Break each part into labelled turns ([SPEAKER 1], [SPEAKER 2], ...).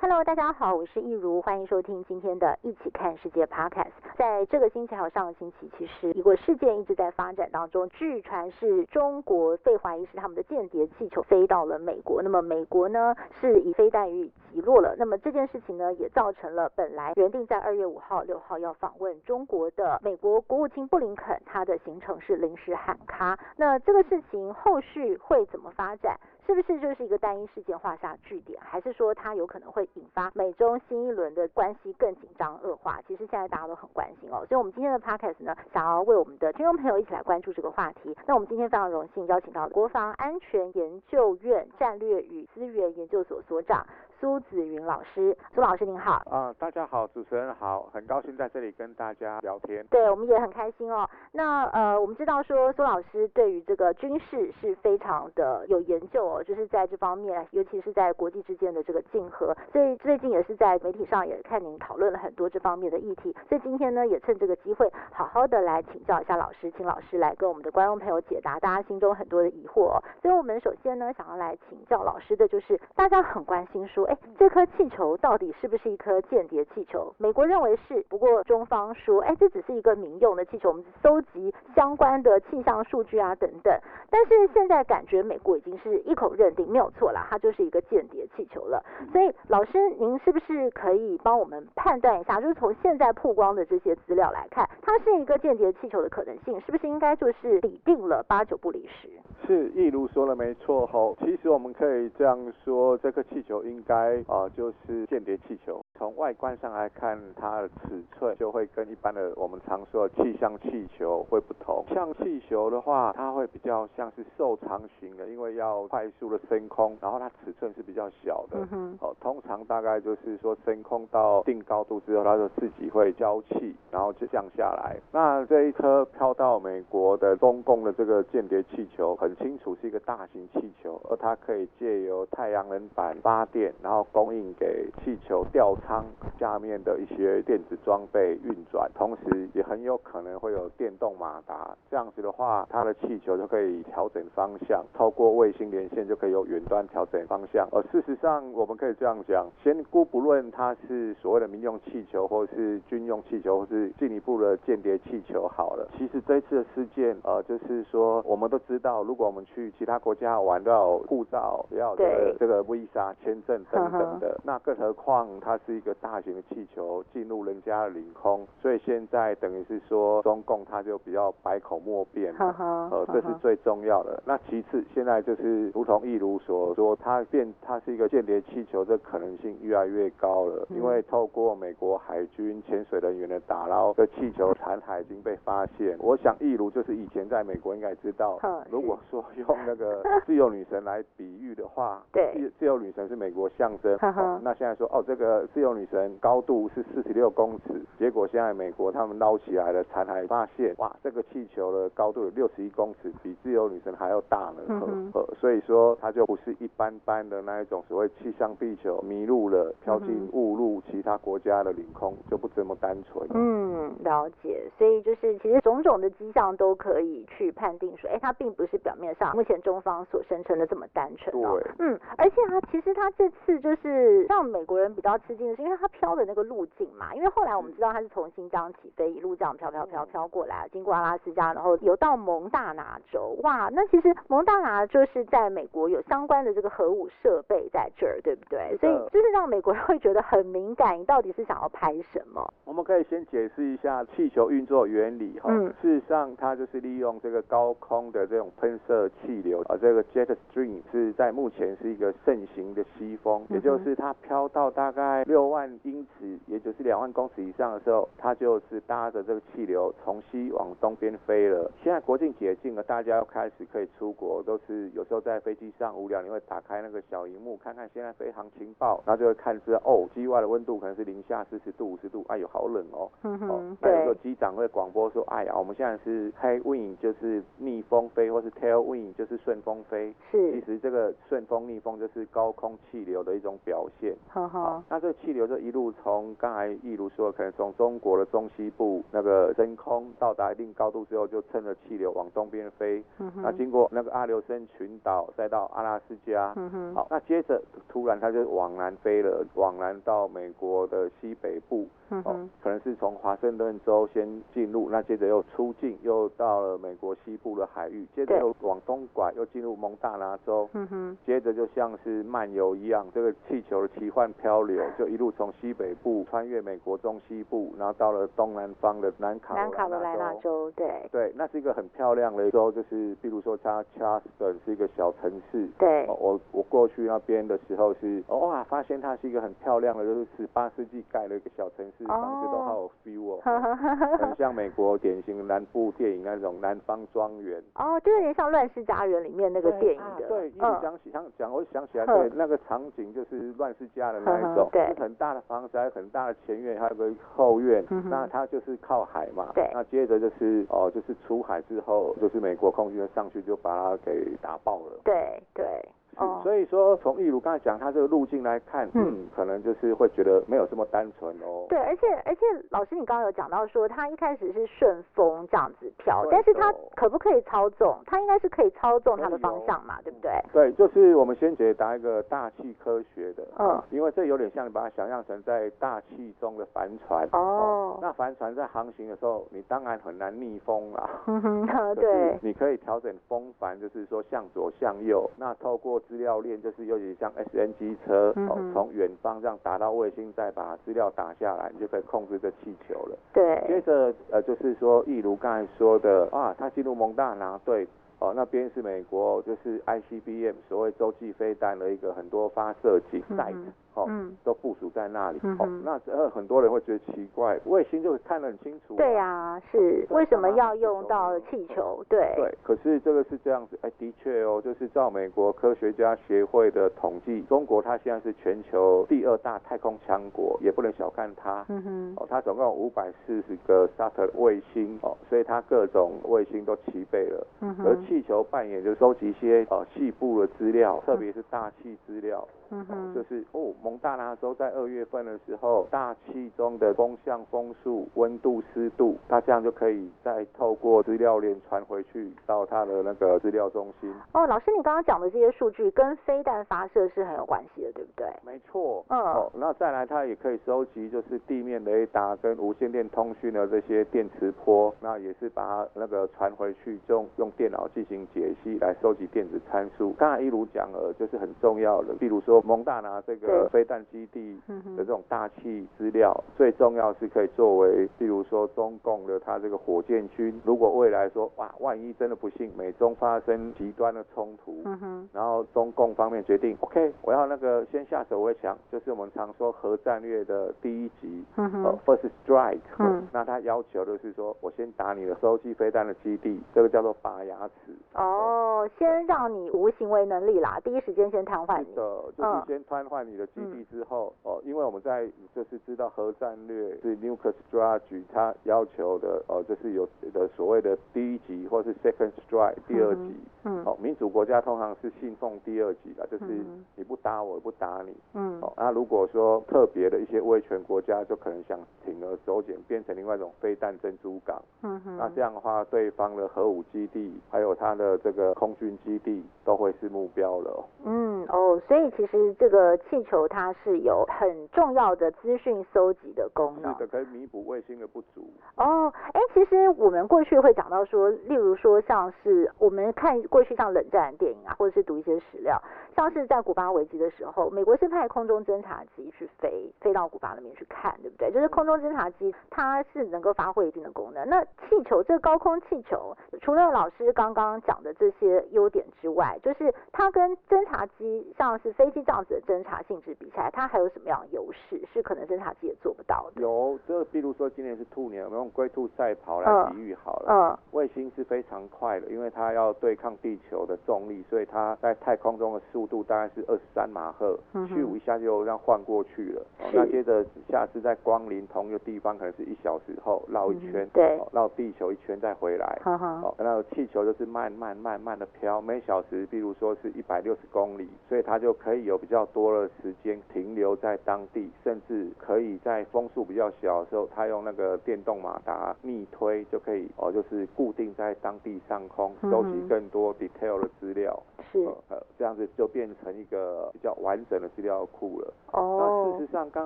[SPEAKER 1] Hello，大家好，我是易如，欢迎收听今天的《一起看世界》Podcast。在这个星期还有上个星期，其实一个事件一直在发展当中。据传是中国被怀疑是他们的间谍气球飞到了美国，那么美国呢是以飞弹予以击落了。那么这件事情呢，也造成了本来原定在二月五号、六号要访问中国的美国国务卿布林肯，他的行程是临时喊卡。那这个事情后续会怎么发展？是不是就是一个单一事件画下句点，还是说它有可能会引发美中新一轮的关系更紧张恶化？其实现在大家都很关心哦，所以我们今天的 podcast 呢，想要为我们的听众朋友一起来关注这个话题。那我们今天非常荣幸邀请到国防安全研究院战略与资源研究所所长苏子云老师，苏老师您好。
[SPEAKER 2] 啊、大家好，主持人好，很高兴在这里跟大家聊天。
[SPEAKER 1] 对，我们也很开心哦。那呃，我们知道说苏老师对于这个军事是非常的有研究哦，就是在这方面，尤其是在国际之间的这个竞合，所以最近也是在媒体上也看您讨论了很多这方面的议题。所以今天呢，也趁这个机会，好好的来请教一下老师，请老师来跟我们的观众朋友解答大家心中很多的疑惑、哦。所以我们首先呢，想要来请教老师的就是，大家很关心说，哎，这颗气球到底是不是一颗间谍气球？美国认为是，不过中方说，哎，这只是一个民用的气球，我们搜集相关的气象数据啊等等。但是现在感觉美国已经是一口认定没有错啦，它就是一个间谍气球了。所以老师，您是不是可以帮我们判断一下，就是从现在曝光的这些资料来看，它是一个间谍气球的可能性，是不是应该就是理定了八九不离十？
[SPEAKER 2] 是，一如说的没错吼。其实我们可以这样说，这个气球应该啊、呃就是间谍气球。从外观上来看，它的尺寸就会跟一般的我们常说的气象气球会不同。像气球的话，它会比较像是瘦长型的，因为要快速的升空，然后它尺寸是比较小的。
[SPEAKER 1] 嗯哼，
[SPEAKER 2] 哦，通常大概就是说升空到定高度之后，它就自己会交气，然后就降下来。那这一颗飘到美国的中共的这个间谍气球，很清楚是一个大型气球，而它可以借由太阳能板发电，然后供应给气球吊舱下面的一些电子装备运转，同时也很有可能会有电动马达。这样子的话，它的气球就可以调整方向，透过卫星连线就可以由远端调整方向。而事实上，我们可以这样讲，先姑不论它是所谓的民用气球，或是军用气球，或是进一步的间谍气球好了。其实这一次的事件，呃，就是说我们都知道，如果我们去其他国家玩，都要有护照，也要有这
[SPEAKER 1] 对
[SPEAKER 2] 个这个 visa 签证等等
[SPEAKER 1] 呵
[SPEAKER 2] 的。那更何况它是一个大型的气球进入人家的领空，所以现在等于是说中共它就比较百口莫辩了。
[SPEAKER 1] 呵呵，
[SPEAKER 2] 呃，这是最重要的。那其次，现在就是如同一如所说，它变它是一个间谍气球，这可能性越来越高了。
[SPEAKER 1] 嗯
[SPEAKER 2] 因为透过美国海军潜水人员的打捞，这气球残骸已经被发现。我想，一如就是以前在美国应该也知道
[SPEAKER 1] 嗯，
[SPEAKER 2] 如果说用那个自由女神来比喻的话，
[SPEAKER 1] 对
[SPEAKER 2] 自自由女神是美国象征。
[SPEAKER 1] 呵呵
[SPEAKER 2] 哦那现在说哦，这个自由女神高度是四十六公尺，结果现在美国他们捞起来了残骸，发现哇，这个气球的高度有六十一公尺，比自由女神还要大呢。
[SPEAKER 1] 嗯
[SPEAKER 2] 呵
[SPEAKER 1] 哼
[SPEAKER 2] 呵所以说它就不是一般般的那一种所谓气象地球迷路了，飘进
[SPEAKER 1] 嗯
[SPEAKER 2] 误入其他国家的领空，就不这么单纯。
[SPEAKER 1] 嗯，了解。所以就是其实种种的迹象都可以去判定说，哎，它并不是表面上目前中方所声称的这么单纯哦。
[SPEAKER 2] 对
[SPEAKER 1] 嗯，而且它其实它这次就是让美国人比较吃惊的是，因为它飘的那个路径嘛，因为后来我们知道它是从新疆起飞，一路这样飘飘
[SPEAKER 2] 嗯
[SPEAKER 1] 飘飘过来，经过阿拉斯加，然后游到蒙大拿州。哇，那其实蒙大拿就是在美国有相关的这个核武设备在这儿，对不对？
[SPEAKER 2] 是的
[SPEAKER 1] 所以就是让美国人会觉得很敏感，你到底是想要拍什么？
[SPEAKER 2] 我们可以先解释一下气球运作原理哈。
[SPEAKER 1] 嗯
[SPEAKER 2] 事实上，它就是利用这个高空的这种喷射气流，啊，这个 jet stream 是在目前是一个盛行的西风，
[SPEAKER 1] 嗯哼
[SPEAKER 2] 也就是它飘到大概六六万英尺，也就是两万公尺以上的时候，它就是搭着这个气流从西往东边飞了。现在国境解禁了，大家要开始可以出国，都是有时候在飞机上无聊，你会打开那个小荧幕看看现在飞行情报，然后就会看知道哦，机外的温度可能是零下四十度、五十度，哎呦好冷哦。
[SPEAKER 1] 嗯
[SPEAKER 2] 哦
[SPEAKER 1] 哼，，
[SPEAKER 2] 那有时候
[SPEAKER 1] 对，
[SPEAKER 2] 机长会广播说，哎呀，我们现在是 tail wind 就是逆风飞，或是 tail wind 就是顺风飞。其
[SPEAKER 1] 是，
[SPEAKER 2] 实这个顺风逆风就是高空气流的一种表现。
[SPEAKER 1] 呵呵，
[SPEAKER 2] 那这个气流就一路从刚才一如说，可能从中国的中西部那个真空到达一定高度之后，就趁着气流往东边飞。
[SPEAKER 1] 嗯
[SPEAKER 2] 那
[SPEAKER 1] 哼，
[SPEAKER 2] 经过那个阿留申群岛，再到阿拉斯加。
[SPEAKER 1] 嗯哼，
[SPEAKER 2] 好，那接着突然它就往南飞了，往南到美国的西北部，
[SPEAKER 1] 嗯
[SPEAKER 2] 哦
[SPEAKER 1] 哼，，
[SPEAKER 2] 可能是从华盛顿州先进入，那接着又出境，又到了美国西部的海域，接着
[SPEAKER 1] 对
[SPEAKER 2] 又往东拐，又进入蒙大拿州，
[SPEAKER 1] 嗯哼，
[SPEAKER 2] 接着就像是漫游一样，这个气球的奇幻漂流，就一路从西北部穿越美国中西部，然后到了东南方的南卡
[SPEAKER 1] 南卡罗来纳
[SPEAKER 2] 州。
[SPEAKER 1] 州，对，
[SPEAKER 2] 对，那是一个很漂亮的州，就是比如说它 Charleston 是一个小城市。
[SPEAKER 1] 对
[SPEAKER 2] 哦，我我过去那边的时候是哦哇，发现它是一个很漂亮的，就是十八世纪盖的一个小城市，
[SPEAKER 1] 哦
[SPEAKER 2] 房子都好有 feel 哦，
[SPEAKER 1] 呵呵呵
[SPEAKER 2] 很
[SPEAKER 1] 呵，
[SPEAKER 2] 像美国典型南部电影那种南方庄园。
[SPEAKER 1] 哦，就有点像《乱世佳人》里面那个电影
[SPEAKER 2] 啊
[SPEAKER 1] 的，
[SPEAKER 2] 对，一直
[SPEAKER 1] 嗯，
[SPEAKER 2] 想起想讲，我就想起来，
[SPEAKER 1] 嗯
[SPEAKER 2] 对，那个场景就是乱世佳人那
[SPEAKER 1] 嗯
[SPEAKER 2] 一
[SPEAKER 1] 哼
[SPEAKER 2] 种，
[SPEAKER 1] 对
[SPEAKER 2] 就是很大的房子，还有很大的前院，还有个后院
[SPEAKER 1] 嗯，哼
[SPEAKER 2] 那它就是靠海嘛，
[SPEAKER 1] 对
[SPEAKER 2] 那接着就是哦，就是出海之后，就是美国空军就上去就把它给打爆了。
[SPEAKER 1] 对对，
[SPEAKER 2] 是，
[SPEAKER 1] 哦，
[SPEAKER 2] 所以说从例如刚才讲它这个路径来看，
[SPEAKER 1] 嗯
[SPEAKER 2] 嗯，可能就是会觉得没有这么单纯哦。
[SPEAKER 1] 对，而且而且老师你刚刚有讲到说，它一开始是顺风这样子飘，
[SPEAKER 2] 对
[SPEAKER 1] 但是它
[SPEAKER 2] 走
[SPEAKER 1] 可不可以操纵？它应该是可以操纵它
[SPEAKER 2] 可
[SPEAKER 1] 的
[SPEAKER 2] 以
[SPEAKER 1] 方
[SPEAKER 2] 哦
[SPEAKER 1] 向嘛，对不对？
[SPEAKER 2] 对，就是我们先解答一个大气科学的，
[SPEAKER 1] 嗯，
[SPEAKER 2] 因为这有点像你把它想象成在大气中的帆船。
[SPEAKER 1] 哦，
[SPEAKER 2] 那帆船在航行的时候，你当然很难逆风啦。
[SPEAKER 1] 嗯哼，
[SPEAKER 2] 可 是
[SPEAKER 1] 对，
[SPEAKER 2] 你可以调整风帆，就是说向左向右。那透过资料链，就是有点像 SNG 车，
[SPEAKER 1] 嗯
[SPEAKER 2] 哦
[SPEAKER 1] 哼，
[SPEAKER 2] 从远方这样打到卫星，再把资料打下来，你就可以控制这气球了。接
[SPEAKER 1] 对，
[SPEAKER 2] 着呃，就是说，一如刚才说的啊，他进入蒙大拿对，哦、那边是美国就是 ICBM 所谓洲际飞弹的一个很多发射井
[SPEAKER 1] 嗯哼
[SPEAKER 2] site，哦，
[SPEAKER 1] 嗯，
[SPEAKER 2] 都部署在那里。
[SPEAKER 1] 嗯
[SPEAKER 2] 哦
[SPEAKER 1] 哼，
[SPEAKER 2] 那这很多人会觉得奇怪，卫星就看得很清楚、啊
[SPEAKER 1] 对、呀，是
[SPEAKER 2] 这
[SPEAKER 1] 为什
[SPEAKER 2] 干
[SPEAKER 1] 么
[SPEAKER 2] 嘛
[SPEAKER 1] 要
[SPEAKER 2] 气
[SPEAKER 1] 用
[SPEAKER 2] 球
[SPEAKER 1] 到
[SPEAKER 2] 呢
[SPEAKER 1] 气球？对，
[SPEAKER 2] 对，可是这个是这样子，哎，的确哦，就是照美国科学家协会的统计，中国它现在是全球第二大太空强国，也不能小看它。
[SPEAKER 1] 嗯哼，
[SPEAKER 2] 哦，它总共有五百四十个 Saturn 卫星哦，所以它各种卫星都齐备了。
[SPEAKER 1] 嗯
[SPEAKER 2] 而
[SPEAKER 1] 哼，
[SPEAKER 2] 气球扮演就是收集一些呃细部的资料，特别是大气资料。
[SPEAKER 1] 嗯
[SPEAKER 2] 哦
[SPEAKER 1] 哼，
[SPEAKER 2] 就是哦，蒙大拿州在二月份的时候，大气中的风向、风速、温度、湿度，它这样就可以再透过资料链传回去到它的那个资料中心。
[SPEAKER 1] 哦，老师，你刚刚讲的这些数据跟飞弹发射是很有关系的，对不对？
[SPEAKER 2] 没错，
[SPEAKER 1] 嗯
[SPEAKER 2] 哦，那再来，它也可以收集就是地面雷达跟无线电通讯的这些电磁波，那也是把它那个传回去，用用电脑进行解析来收集电子参数。刚才一如讲了，就是很重要的，比如说蒙大拿这
[SPEAKER 1] 对
[SPEAKER 2] 个飞弹基地
[SPEAKER 1] 嗯
[SPEAKER 2] 的
[SPEAKER 1] 哼
[SPEAKER 2] 这种大气资料，最重要是可以作为，比如说中共的它这个火箭军，如果未来说哇，万一真的不幸美中发生极端的冲突，
[SPEAKER 1] 嗯哼，
[SPEAKER 2] 然后中共方面决定，OK，我要那个先下手为强，就是我们常说核战略的第一级，
[SPEAKER 1] 嗯
[SPEAKER 2] 呃
[SPEAKER 1] 哼，
[SPEAKER 2] ，first strike，、
[SPEAKER 1] 嗯
[SPEAKER 2] 那他要求的是说，我先打你的洲际飞弹的基地，这个叫做拔牙齿。
[SPEAKER 1] 哦，先让你无行为能力啦，第一时间先瘫痪
[SPEAKER 2] 是
[SPEAKER 1] 你。
[SPEAKER 2] 的，就是先瘫痪你的基地之后，哦，因为我们在就是知道核战略是 nuclear strategy，它要求的，哦，就是有的所谓的第一级或是 second strike 第二级，
[SPEAKER 1] 嗯
[SPEAKER 2] 哦，民主国家通常是信奉第二级的，就是
[SPEAKER 1] 嗯哼
[SPEAKER 2] 你不打我，我不打你。
[SPEAKER 1] 嗯
[SPEAKER 2] 哦，那如果说特别的一些威权国家，就可能想铤而走险，变成另外一种飞弹珍珠港。
[SPEAKER 1] 嗯
[SPEAKER 2] 那这
[SPEAKER 1] 哼，
[SPEAKER 2] 样的话，对方的核武基地，还有它的这个空军基地，都会是目标了哦。
[SPEAKER 1] 嗯哦，所以其实这个气球它是有很重要的资讯搜集的功
[SPEAKER 2] 是
[SPEAKER 1] 能。
[SPEAKER 2] 的，可以弥补卫星的不足。
[SPEAKER 1] 哦，哎，其实我们过去会讲到说，例如说像是我们看过去像冷战电影啊，或者是读一些史料，像是在古巴危机的时候，美国是派空中侦察机去飞，飞到古巴那边去看，对不对？就是空中侦察机它是能够发挥一定的功能。那气球这个高空气球，除了老师刚刚刚刚讲的这些优点之外，就是它跟侦察机像是飞机这样子的侦察性质比起来，它还有什么样的优势是可能侦察机也做不到的？
[SPEAKER 2] 有，这比如说今年是兔年，我们用龟兔赛跑
[SPEAKER 1] 嗯
[SPEAKER 2] 来比喻好了。
[SPEAKER 1] 嗯
[SPEAKER 2] 卫星是非常快的，因为它要对抗地球的重力，所以它在太空中的速度大概是二十三马赫
[SPEAKER 1] 嗯，哼
[SPEAKER 2] 去五一下就让换过去了。哦
[SPEAKER 1] 是
[SPEAKER 2] 那接着下次在光临同一个地方，可能是一小时后绕一圈
[SPEAKER 1] 嗯，对
[SPEAKER 2] 哦绕地球一圈再回来。
[SPEAKER 1] 哼哼，
[SPEAKER 2] 哦，那个气球就是慢慢慢慢的飘，每小时，比如说是一百六十公里，所以它就可以有比较多的时间停留在当地，甚至可以在风速比较小的时候，它用那个电动马达逆推就可以哦，就是固定在当地上空，
[SPEAKER 1] 嗯哼
[SPEAKER 2] 收集更多 detail 的资料，
[SPEAKER 1] 是
[SPEAKER 2] 呃呃，这样子就变成一个比较完整的资料库了。那
[SPEAKER 1] 哦
[SPEAKER 2] 事，实上，刚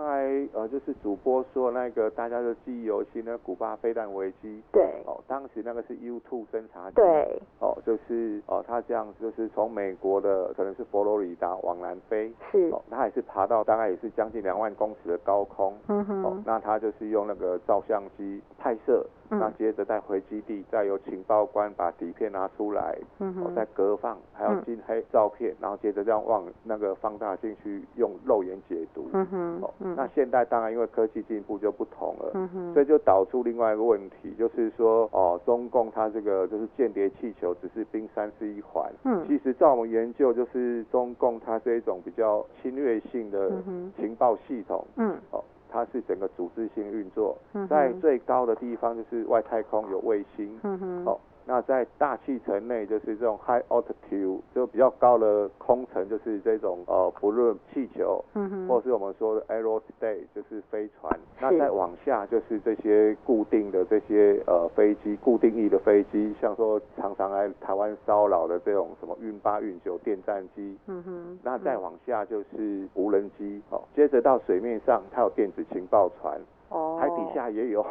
[SPEAKER 2] 才呃就是主播说那个大家都记忆犹新的古巴飞弹危机。
[SPEAKER 1] 对
[SPEAKER 2] 哦，当时那个是 U two 侦察机，
[SPEAKER 1] 对，
[SPEAKER 2] 哦，就是哦，他这样子就是从美国的可能是佛罗里达往南飞，
[SPEAKER 1] 是，
[SPEAKER 2] 哦，他也是爬到大概也是将近两万公尺的高空，
[SPEAKER 1] 嗯
[SPEAKER 2] 哦
[SPEAKER 1] 哼，，
[SPEAKER 2] 那他就是用那个照相机拍摄，那
[SPEAKER 1] 嗯
[SPEAKER 2] 接着再回基地，再由情报官把底片拿出来，
[SPEAKER 1] 嗯
[SPEAKER 2] 哦，
[SPEAKER 1] 哼
[SPEAKER 2] 再，隔放，还有
[SPEAKER 1] 嗯
[SPEAKER 2] 金黑照片，然后接着这样往那个放大镜去用肉眼解读，
[SPEAKER 1] 嗯哼
[SPEAKER 2] 哦，，那
[SPEAKER 1] 嗯
[SPEAKER 2] 现在当然因为科技进步就不同了，
[SPEAKER 1] 嗯哼，
[SPEAKER 2] 所以就导出另外一个问题，就是说，哦，中共它这个就是间谍气球只是冰山是一环。
[SPEAKER 1] 嗯
[SPEAKER 2] 其实照我们研究，就是中共它这一种比较侵略性的
[SPEAKER 1] 嗯哼，
[SPEAKER 2] 情报系统，
[SPEAKER 1] 嗯
[SPEAKER 2] 哦，它是整个组织性运作，
[SPEAKER 1] 嗯哼，
[SPEAKER 2] 在最高的地方就是外太空有卫星，
[SPEAKER 1] 嗯哼，
[SPEAKER 2] 哦，那在大气层内就是这种 high altitude 就比较高的空层，就是这种呃，不论气球
[SPEAKER 1] 嗯哼，
[SPEAKER 2] 或是我们说的 aerospace 就是飞船，
[SPEAKER 1] 是
[SPEAKER 2] 那再往下就是这些固定的这些呃飞机，固定翼的飞机，像说常常来台湾骚扰的这种什么运八、运九电战机。
[SPEAKER 1] 嗯哼，
[SPEAKER 2] 那再
[SPEAKER 1] 嗯
[SPEAKER 2] 往下就是无人机，哦，接着到水面上，它有电子情报船，
[SPEAKER 1] 哦，
[SPEAKER 2] 海底下也有，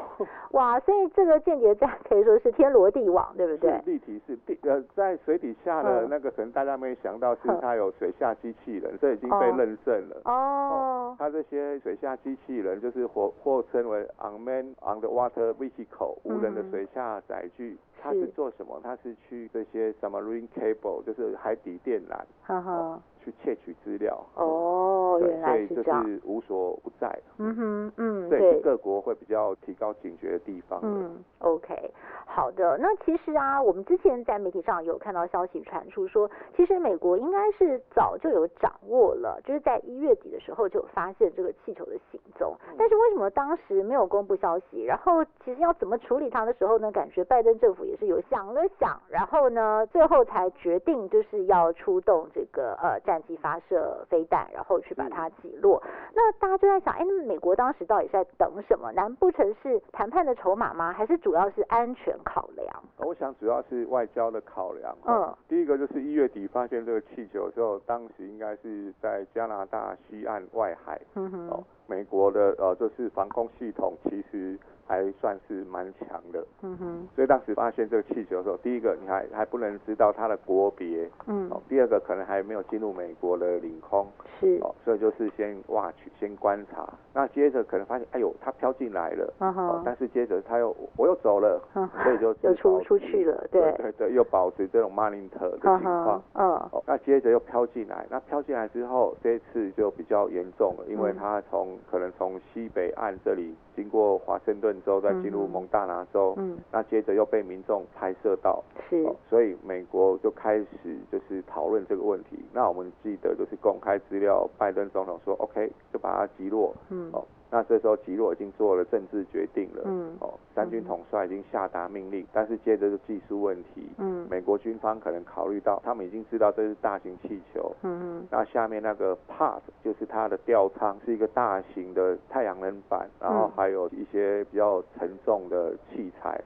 [SPEAKER 1] 哇，所以这个间谍战可以说是天罗地网，对不对
[SPEAKER 2] 是？立体式地呃，在水底下的
[SPEAKER 1] 嗯
[SPEAKER 2] 那个可能大家没想到是
[SPEAKER 1] 嗯
[SPEAKER 2] 它有水下机器人，这已经被
[SPEAKER 1] 哦
[SPEAKER 2] 认证了。
[SPEAKER 1] 哦，
[SPEAKER 2] 它这些水下机器人就是或或称为 unmanned underwater vehicle 无人的
[SPEAKER 1] 嗯
[SPEAKER 2] 水下载具，它是做什么？它是去这些 submarine cable，就是海底电缆
[SPEAKER 1] 哈哈，
[SPEAKER 2] 去窃取资料。
[SPEAKER 1] 哦，
[SPEAKER 2] 哦对，
[SPEAKER 1] 原来
[SPEAKER 2] 所以
[SPEAKER 1] 是
[SPEAKER 2] 就
[SPEAKER 1] 这样，
[SPEAKER 2] 是无所不在。
[SPEAKER 1] 嗯哼，嗯，
[SPEAKER 2] 这也是各国会比较提高警觉的地方了。
[SPEAKER 1] 嗯，OK，好的。那其实啊，我们之前在媒体上有看到消息传出说，其实美国应该是早就有掌握了，就是在一月底的时候就有发现这个气球的行踪。但是为什么当时没有公布消息？然后其实要怎么处理它的时候呢，感觉拜登政府也是有想了想，然后呢，最后才决定就是要出动这个呃战机发射飞弹，然后去把它击落。那大家就在想，哎，那美国当时到底在等什么？难不成是谈判的筹码吗？还是主要是安全考量？
[SPEAKER 2] 呃我想主要是外交的考量。
[SPEAKER 1] 嗯
[SPEAKER 2] 第一个就是一月底发现这个气球之后，当时应该是在加拿大西岸外海。
[SPEAKER 1] 嗯哼，
[SPEAKER 2] 哦，美国的呃，就是防空系统其实还算是蛮强的，
[SPEAKER 1] 嗯哼，
[SPEAKER 2] 所以当时发现这个气球的时候，第一个你还还不能知道它的国别，哦
[SPEAKER 1] 嗯，，
[SPEAKER 2] 第二个可能还没有进入美国的领空，
[SPEAKER 1] 是，
[SPEAKER 2] 哦，所以就是先 watch 先观察，那接着可能发现，哎呦，它飘进来了，
[SPEAKER 1] 嗯
[SPEAKER 2] 哦，
[SPEAKER 1] 哼，
[SPEAKER 2] 但是接着它又我又走了，
[SPEAKER 1] 嗯
[SPEAKER 2] 所以就
[SPEAKER 1] 又
[SPEAKER 2] 保
[SPEAKER 1] 出
[SPEAKER 2] 持
[SPEAKER 1] 出去了，
[SPEAKER 2] 对对对，又保持这种 monitor 的
[SPEAKER 1] 嗯
[SPEAKER 2] 情况
[SPEAKER 1] 哼。，嗯，
[SPEAKER 2] 哦，那接着又飘进来，那飘进来之后，这一次就比较严重了，因为
[SPEAKER 1] 嗯
[SPEAKER 2] 它从、可能从西北岸这里经过华盛顿州，再进入
[SPEAKER 1] 嗯哼
[SPEAKER 2] 蒙大拿州，
[SPEAKER 1] 嗯，
[SPEAKER 2] 那接着又被民众拍摄到、
[SPEAKER 1] 是，
[SPEAKER 2] 哦，所以美国就开始就是讨论这个问题。那我们记得就是公开资料，拜登总统说 OK，就把它击落。
[SPEAKER 1] 嗯
[SPEAKER 2] 哦，那这时候击落已经做了政治决定了，
[SPEAKER 1] 嗯
[SPEAKER 2] 哦，三军统帅已经下达命令，但是接着就技术问题，
[SPEAKER 1] 嗯，
[SPEAKER 2] 美国军方可能考虑到，他们已经知道这是大型气球，
[SPEAKER 1] 嗯
[SPEAKER 2] 那下面那个 part 就是它的吊舱是一个大型的太阳能板，
[SPEAKER 1] 嗯
[SPEAKER 2] 然后还有一些比较沉重的器材，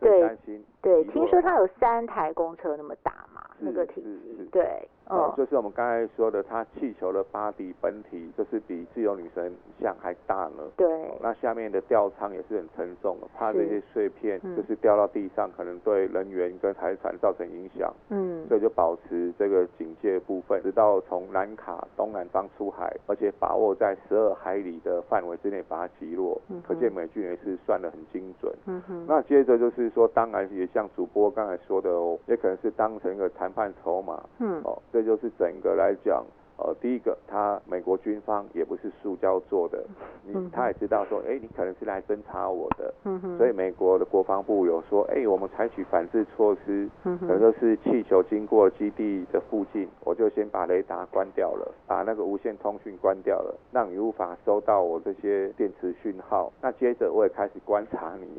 [SPEAKER 2] 所
[SPEAKER 1] 对
[SPEAKER 2] 以担心
[SPEAKER 1] 对，
[SPEAKER 2] 击落
[SPEAKER 1] 听说它有三台公车那么大嘛，
[SPEAKER 2] 是
[SPEAKER 1] 那个体
[SPEAKER 2] 是
[SPEAKER 1] 积
[SPEAKER 2] 是，
[SPEAKER 1] 对，
[SPEAKER 2] 哦
[SPEAKER 1] 嗯，
[SPEAKER 2] 嗯就是我们刚才说的，它气球的巴底本体就是比自由女神像还大呢。
[SPEAKER 1] 对，
[SPEAKER 2] 那下面的吊舱也是很沉重的，怕这
[SPEAKER 1] 是
[SPEAKER 2] 些碎片
[SPEAKER 1] 嗯
[SPEAKER 2] 就是掉到地上，可能对人员跟财产造成影响，
[SPEAKER 1] 嗯，
[SPEAKER 2] 所以就保持这个警戒部分，直到从南卡东南方出海，而且把握在十二海里的范围之内把它击落
[SPEAKER 1] 嗯哼。
[SPEAKER 2] 可见美军也是算得很精准。
[SPEAKER 1] 嗯哼，
[SPEAKER 2] 那接着就是说，当然也像主播刚才说的哦，也可能是当成一个谈判筹码
[SPEAKER 1] 嗯
[SPEAKER 2] 哦。这就是整个来讲，呃，第一个，他美国军方也不是塑胶做的，
[SPEAKER 1] 嗯
[SPEAKER 2] 你
[SPEAKER 1] 哼
[SPEAKER 2] 他也知道说，哎，你可能是来侦查我的，
[SPEAKER 1] 嗯哼，
[SPEAKER 2] 所以美国的国防部有说，哎，我们采取反制措施，
[SPEAKER 1] 嗯
[SPEAKER 2] 可能
[SPEAKER 1] 哼，
[SPEAKER 2] 就是气球经过基地的附近，我就先把雷达关掉了，把那个无线通讯关掉了，让你无法收到我这些电磁讯号。那接着我也开始观察你。